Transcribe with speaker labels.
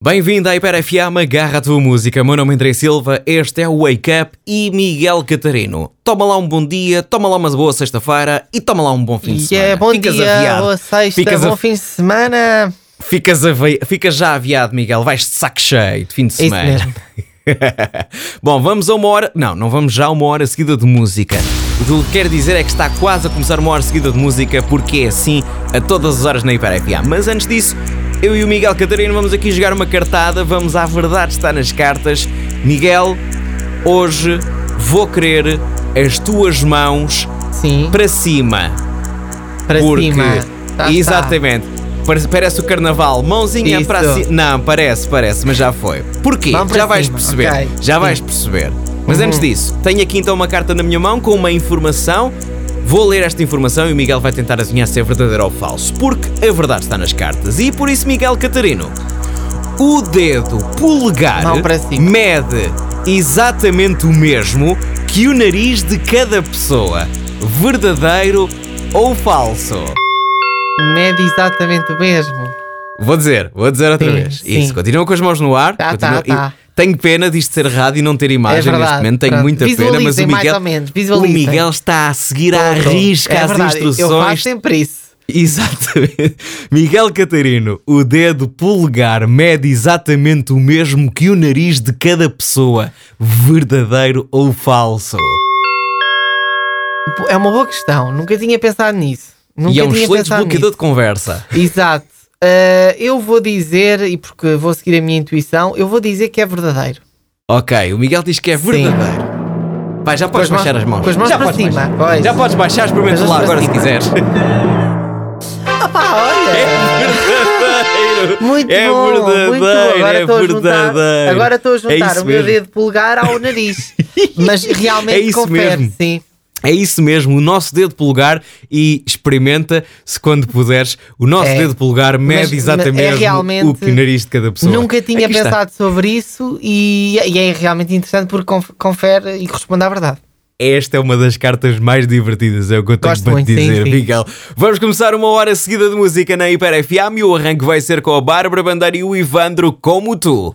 Speaker 1: Bem-vindo à HiperFM, agarra a tua música. Meu nome é André Silva, este é o Wake Up e Miguel Catarino. Toma lá um bom dia, toma lá uma boa sexta-feira e toma lá um bom fim de semana.
Speaker 2: Yeah, é bom
Speaker 1: Ficas
Speaker 2: dia,
Speaker 1: aviado.
Speaker 2: boa sexta,
Speaker 1: Ficas
Speaker 2: bom
Speaker 1: a-
Speaker 2: fim de semana.
Speaker 1: Ficas, avi- ficas já aviado, Miguel. Vais de saco cheio de fim de
Speaker 2: É isso
Speaker 1: semana.
Speaker 2: mesmo.
Speaker 1: Bom, vamos a uma hora. Não, não vamos já a uma hora seguida de música. O que eu quero dizer é que está quase a começar uma hora seguida de música, porque é assim a todas as horas na Hiper FM. Mas antes disso, eu e o Miguel Catarino vamos aqui jogar uma cartada. Vamos à verdade, está nas cartas. Miguel, hoje vou querer as tuas mãos
Speaker 2: Sim,
Speaker 1: para cima.
Speaker 2: para
Speaker 1: Porque.
Speaker 2: cima. Tá,
Speaker 1: exatamente. Parece, parece o carnaval. Mãozinha
Speaker 2: Isso.
Speaker 1: para cima. Não, parece, parece, mas já foi. Porquê?
Speaker 2: Mão para
Speaker 1: Já vais
Speaker 2: cima,
Speaker 1: perceber.
Speaker 2: ok.
Speaker 1: Já vais perceber. Mas
Speaker 2: Uhum.
Speaker 1: antes disso, tenho aqui então uma carta na minha mão com uma informação. Vou ler esta informação e o Miguel vai tentar adivinhar se é verdadeiro ou falso, porque a verdade está nas cartas. E por isso, Miguel Catarino, o dedo polegar
Speaker 2: Mão para cima.
Speaker 1: mede exatamente o mesmo que o nariz de cada pessoa. Verdadeiro ou falso?
Speaker 2: Tá. Mede exatamente o mesmo.
Speaker 1: Vou dizer, vou dizer outra
Speaker 2: Sim,
Speaker 1: vez.
Speaker 2: sim.
Speaker 1: Isso, continua com as mãos no ar.
Speaker 2: Tá,
Speaker 1: continua-
Speaker 2: tá, tá.
Speaker 1: e Tenho pena disto ser rádio e não ter
Speaker 2: É
Speaker 1: imagem
Speaker 2: verdade.
Speaker 1: neste momento, tenho
Speaker 2: Pronto.
Speaker 1: muita pena, mas o
Speaker 2: Visualizem mais
Speaker 1: Miguel,
Speaker 2: ou menos,
Speaker 1: o
Speaker 2: visualizem.
Speaker 1: Miguel está a seguir à risca
Speaker 2: é
Speaker 1: as
Speaker 2: verdade, Eu faço
Speaker 1: instruções.
Speaker 2: sempre isso.
Speaker 1: Exatamente. Miguel Catarino, o dedo polegar mede exatamente o mesmo que o nariz de cada pessoa. Verdadeiro ou falso?
Speaker 2: É uma boa questão. Nunca tinha pensado nisso. Nunca
Speaker 1: e é um
Speaker 2: tinha
Speaker 1: excelente
Speaker 2: pensado
Speaker 1: bloqueador de conversa.
Speaker 2: nisso. Exato. Ah, eu vou dizer, e porque vou seguir a minha intuição, eu vou dizer que é verdadeiro.
Speaker 1: Ok, o Miguel diz que é
Speaker 2: Sim.
Speaker 1: verdadeiro. Vai, já podes
Speaker 2: Com as
Speaker 1: baixar as mãos.
Speaker 2: com as mãos
Speaker 1: já
Speaker 2: para
Speaker 1: podes
Speaker 2: cima,
Speaker 1: baixar.
Speaker 2: pois.
Speaker 1: Já podes baixar, experimenta
Speaker 2: Com as
Speaker 1: lá
Speaker 2: mãos
Speaker 1: agora
Speaker 2: para
Speaker 1: se
Speaker 2: cima.
Speaker 1: quiseres.
Speaker 2: Ah, pá, olha! Muito
Speaker 1: É
Speaker 2: bom,
Speaker 1: verdadeiro,
Speaker 2: muito bom. Agora
Speaker 1: é
Speaker 2: estou a juntar,
Speaker 1: verdadeiro.
Speaker 2: agora estou a
Speaker 1: É
Speaker 2: juntar
Speaker 1: isso
Speaker 2: o meu
Speaker 1: mesmo.
Speaker 2: dedo polegar ao nariz. Mas realmente
Speaker 1: É isso
Speaker 2: confere,
Speaker 1: mesmo.
Speaker 2: sim.
Speaker 1: É isso mesmo, o nosso dedo polegar e experimenta se quando puderes. O nosso
Speaker 2: É.
Speaker 1: dedo polegar mede
Speaker 2: Mas- mas
Speaker 1: exatamente
Speaker 2: é realmente-
Speaker 1: o que nariz de cada pessoa.
Speaker 2: Nunca tinha
Speaker 1: Aqui está.
Speaker 2: pensado sobre isso e, e é realmente interessante porque conf- confere e corresponde à verdade.
Speaker 1: Esta é uma das cartas mais divertidas, é o que eu tenho
Speaker 2: Gosto
Speaker 1: para
Speaker 2: muito,
Speaker 1: te
Speaker 2: sim,
Speaker 1: dizer,
Speaker 2: sim.
Speaker 1: Miguel. Vamos começar uma hora seguida de música na Hiper FM e o arranque vai ser com a Bárbara Bandeira e o Ivandro, como tu.